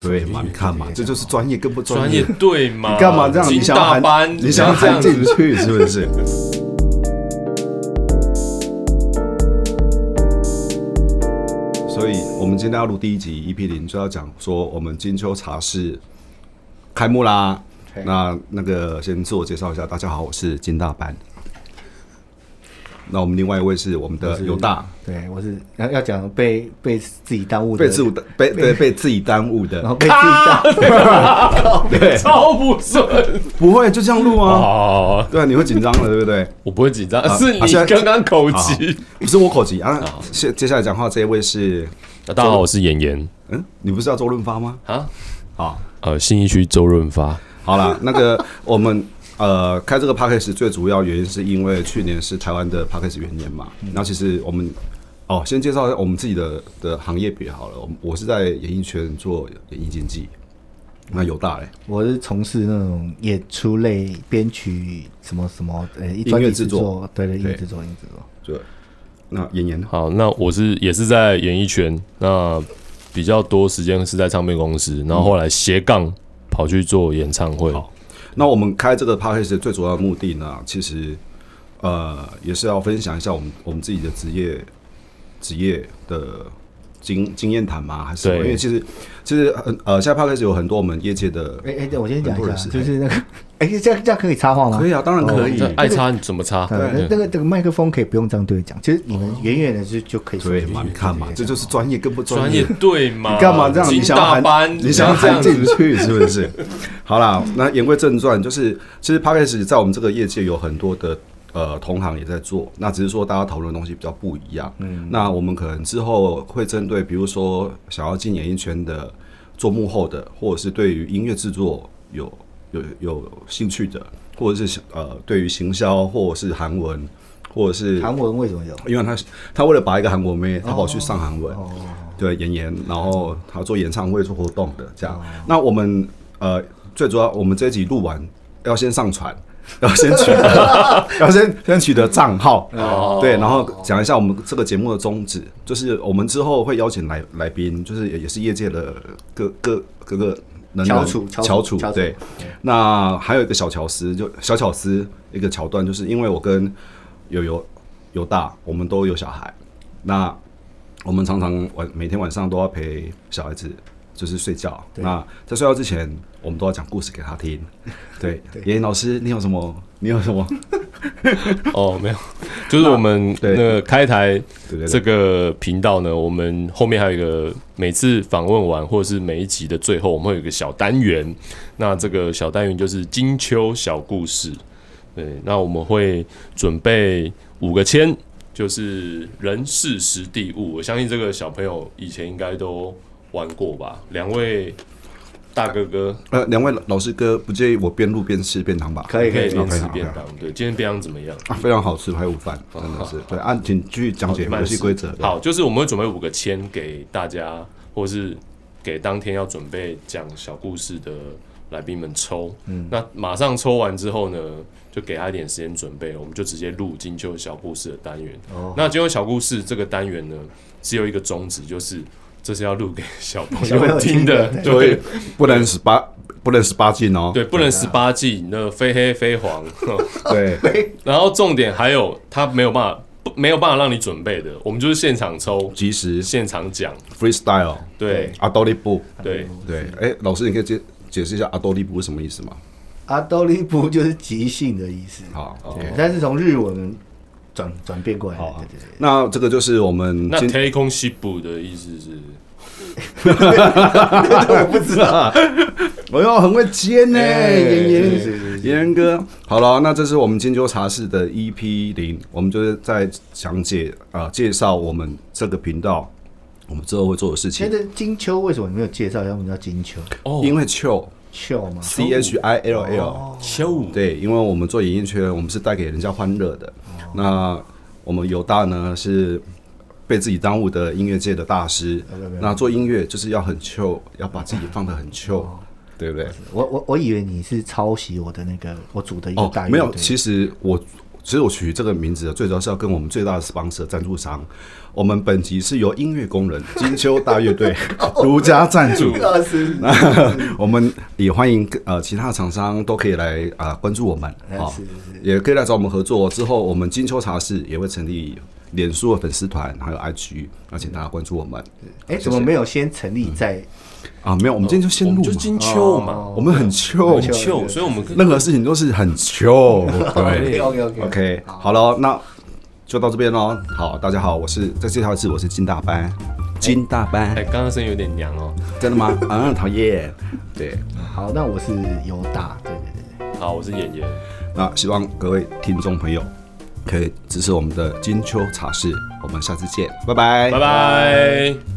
对，嘛，你看嘛，这就是专业跟不专专业业。对嘛？你干嘛这样？你进 想要大班含，，你想要这含样进子，去是不是？ 所以，我们今天要录第一集 EP 零，就要讲说我们金秋茶室开幕啦。那那个先自我介绍一下，大家好，我是金大班。那我们另外一位是我们的是犹大，对，我是要要讲被被自己耽误的，被自我被被被自己耽误然的，后被自己耽误，对，超不顺。不会就这样录啊？哦，对啊，你会紧张的，对不对？我不会紧张，啊是你啊现在刚刚口好急。不是我口急啊。接接下来讲话这一位是，大家好，我是妍妍嗯，你不是叫周润发吗？啊，啊，呃，信义区周润发。好啦，那个我们呃开这个 p a c k a g e 最主要原因是因为去年是台湾的 p a c k a g e 元年嘛，然后其实我们哦先介绍一下我们自己的的行业别好了，我们我是在演艺圈做演艺经济，那有大嘞，我是从事那种演出类编曲什么什么，呃，一音乐专辑制制作作，对对，音乐对制作，音乐制作。对，那演员呢？好，那我是也是在演艺圈，那比较多时间是在唱片公司，然后后来斜杠跑去做演唱会。好那我们开这个 p a c k a g e 最主要的目的呢，其实呃也是要分享一下我们我们自己的职业职业的经经验谈嘛，还是什么对因为其实其实很呃现在 p a c k a g e 有很多我们业界的哎哎，对我先讲很多一人下，是就是那个， 哎，这样这样可以插话吗？可以啊，当然可以，这爱插你怎么插？对，那那个这个麦克风可以不用这样对着讲，其实你们远远的就就可以说对出去嘛？你看哎嘛，这就是专业跟不专专业业。对嘛？你干嘛这样？你进想要大班含，，你想要这含样进去是不是？ 好啦，那言归正传，就是其实 p a c k a g e 在我们这个业界有很多的呃同行也在做，那只是说大家讨论的东西比较不一样。嗯，那我们可能之后会针对，比如说想要进演艺圈的、做幕后的，或者是对于音乐制作有有有兴趣的，或者是呃对于行销或者是韩文，或者是韩文为什么有？因为他他为了把一个韩国妹，他跑去上韩文，对，演员，然后他做演唱会做活动的这样。那我们呃，最主要我们这一集录完要先上传，要先取得，要先先取得账号，对，然后讲一下我们这个节目的宗旨，就是我们之后会邀请来来宾，就是也也是业界的各各各个。能人翘楚翘楚翘楚翘楚对，那还有一个小乔斯，就小巧思一个桥段，就是因为我跟有有有大，我们都有小孩，那我们常常晚每天晚上都要陪小孩子就是睡觉。那在睡觉之前，我们都要讲故事给他听。 对，妍妍老师，你有什么？你有什么？哦，没有，就是我们对那个开台对对对这个频道呢，我们后面还有一个每次访问完或者是每一集的最后，我们会有一个小单元。那这个小单元就是金秋小故事。对，那我们会准备五个签，就是人事时地物。我相信这个小朋友以前应该都玩过吧？两位大哥哥呃，两位老师哥不介意我边录边吃便当吧？可以可以可以，边 OK，吃好边好当。对，今天便当怎么样？啊，非常好吃，还有午饭，真的是对。啊，请继续讲解慢游戏速规则。对好，就是我们会准备五个签给大家，或是给当天要准备讲小故事的来宾们抽。那马上抽完之后呢，就给他一点时间准备，我们就直接录金秋小故事的单元。那金秋小故事这个单元呢，只有一个宗旨，就是这是要录给小朋小朋友友听听的 的，所以对不能十八，不能十八禁哦。对，不能十八禁，那非黑非黄。 对， 然后重点还有他没有办法。不没有办法让你准备的，我们就是现场抽，及时现场讲。 freestyle，对阿多利布，对，对。哎，老师，你可以解解释一下阿多利布是什么意思吗？阿多利布啊就是即兴的意思，好对，OK。但是从日文转转变过来的，好对对对。那这个就是我们那今 take on ship 的意思是， 我不知道， 哎呦，很会接呢，哎妍是是妍是，妍妍哥。好了，那这是我们金秋茶室的 EP 零，我们就是在讲解啊、呃介绍我们这个频道我们之后会做的事现情。在金秋为什么你没有介绍？要么叫金秋哦因为秋秋吗？ C H I L L，、哦秋舞对，因为我们做演艺圈，我们是带给人家欢乐的。哦那我们犹大呢是被自己耽误的音乐界的大师没有没，有那做音乐就是要很秋，要把自己放得很秋，哦对不对？我我我以为你是抄袭我的那个我煮的一个哦大，鱼， 没有，对其实我其实我取这个名字啊最主要是要跟我们最大的 sponsor 赞助商，我们本集是由音乐工人金秋大乐 队哦独家赞助。二十啊嗯 我们也欢迎呃其他的厂商都可以来啊、呃关注我们啊、哦哎是也可以来找我们合作。哦之后我们金秋茶室也会成立脸书的粉丝团，还有 IG，要请大家关注我们哎，怎么没有先成立在？啊。没有，我们今天就先我录们嘛，就金秋嘛，哦我们很 chill，很秋，所以我们任何事情都是很 chill，对。 OK OK OK，好了，那就到这边喽。好，大家好，我是再介绍一次，我是金大班，金大班，哎，刚刚声音有点娘哦。真的吗？啊，讨厌。对，好，那我是犹大，对对对对，好，我是演员，那希望各位听众朋友哎可以支持我们的金秋茶室，我们下次见，拜拜拜拜。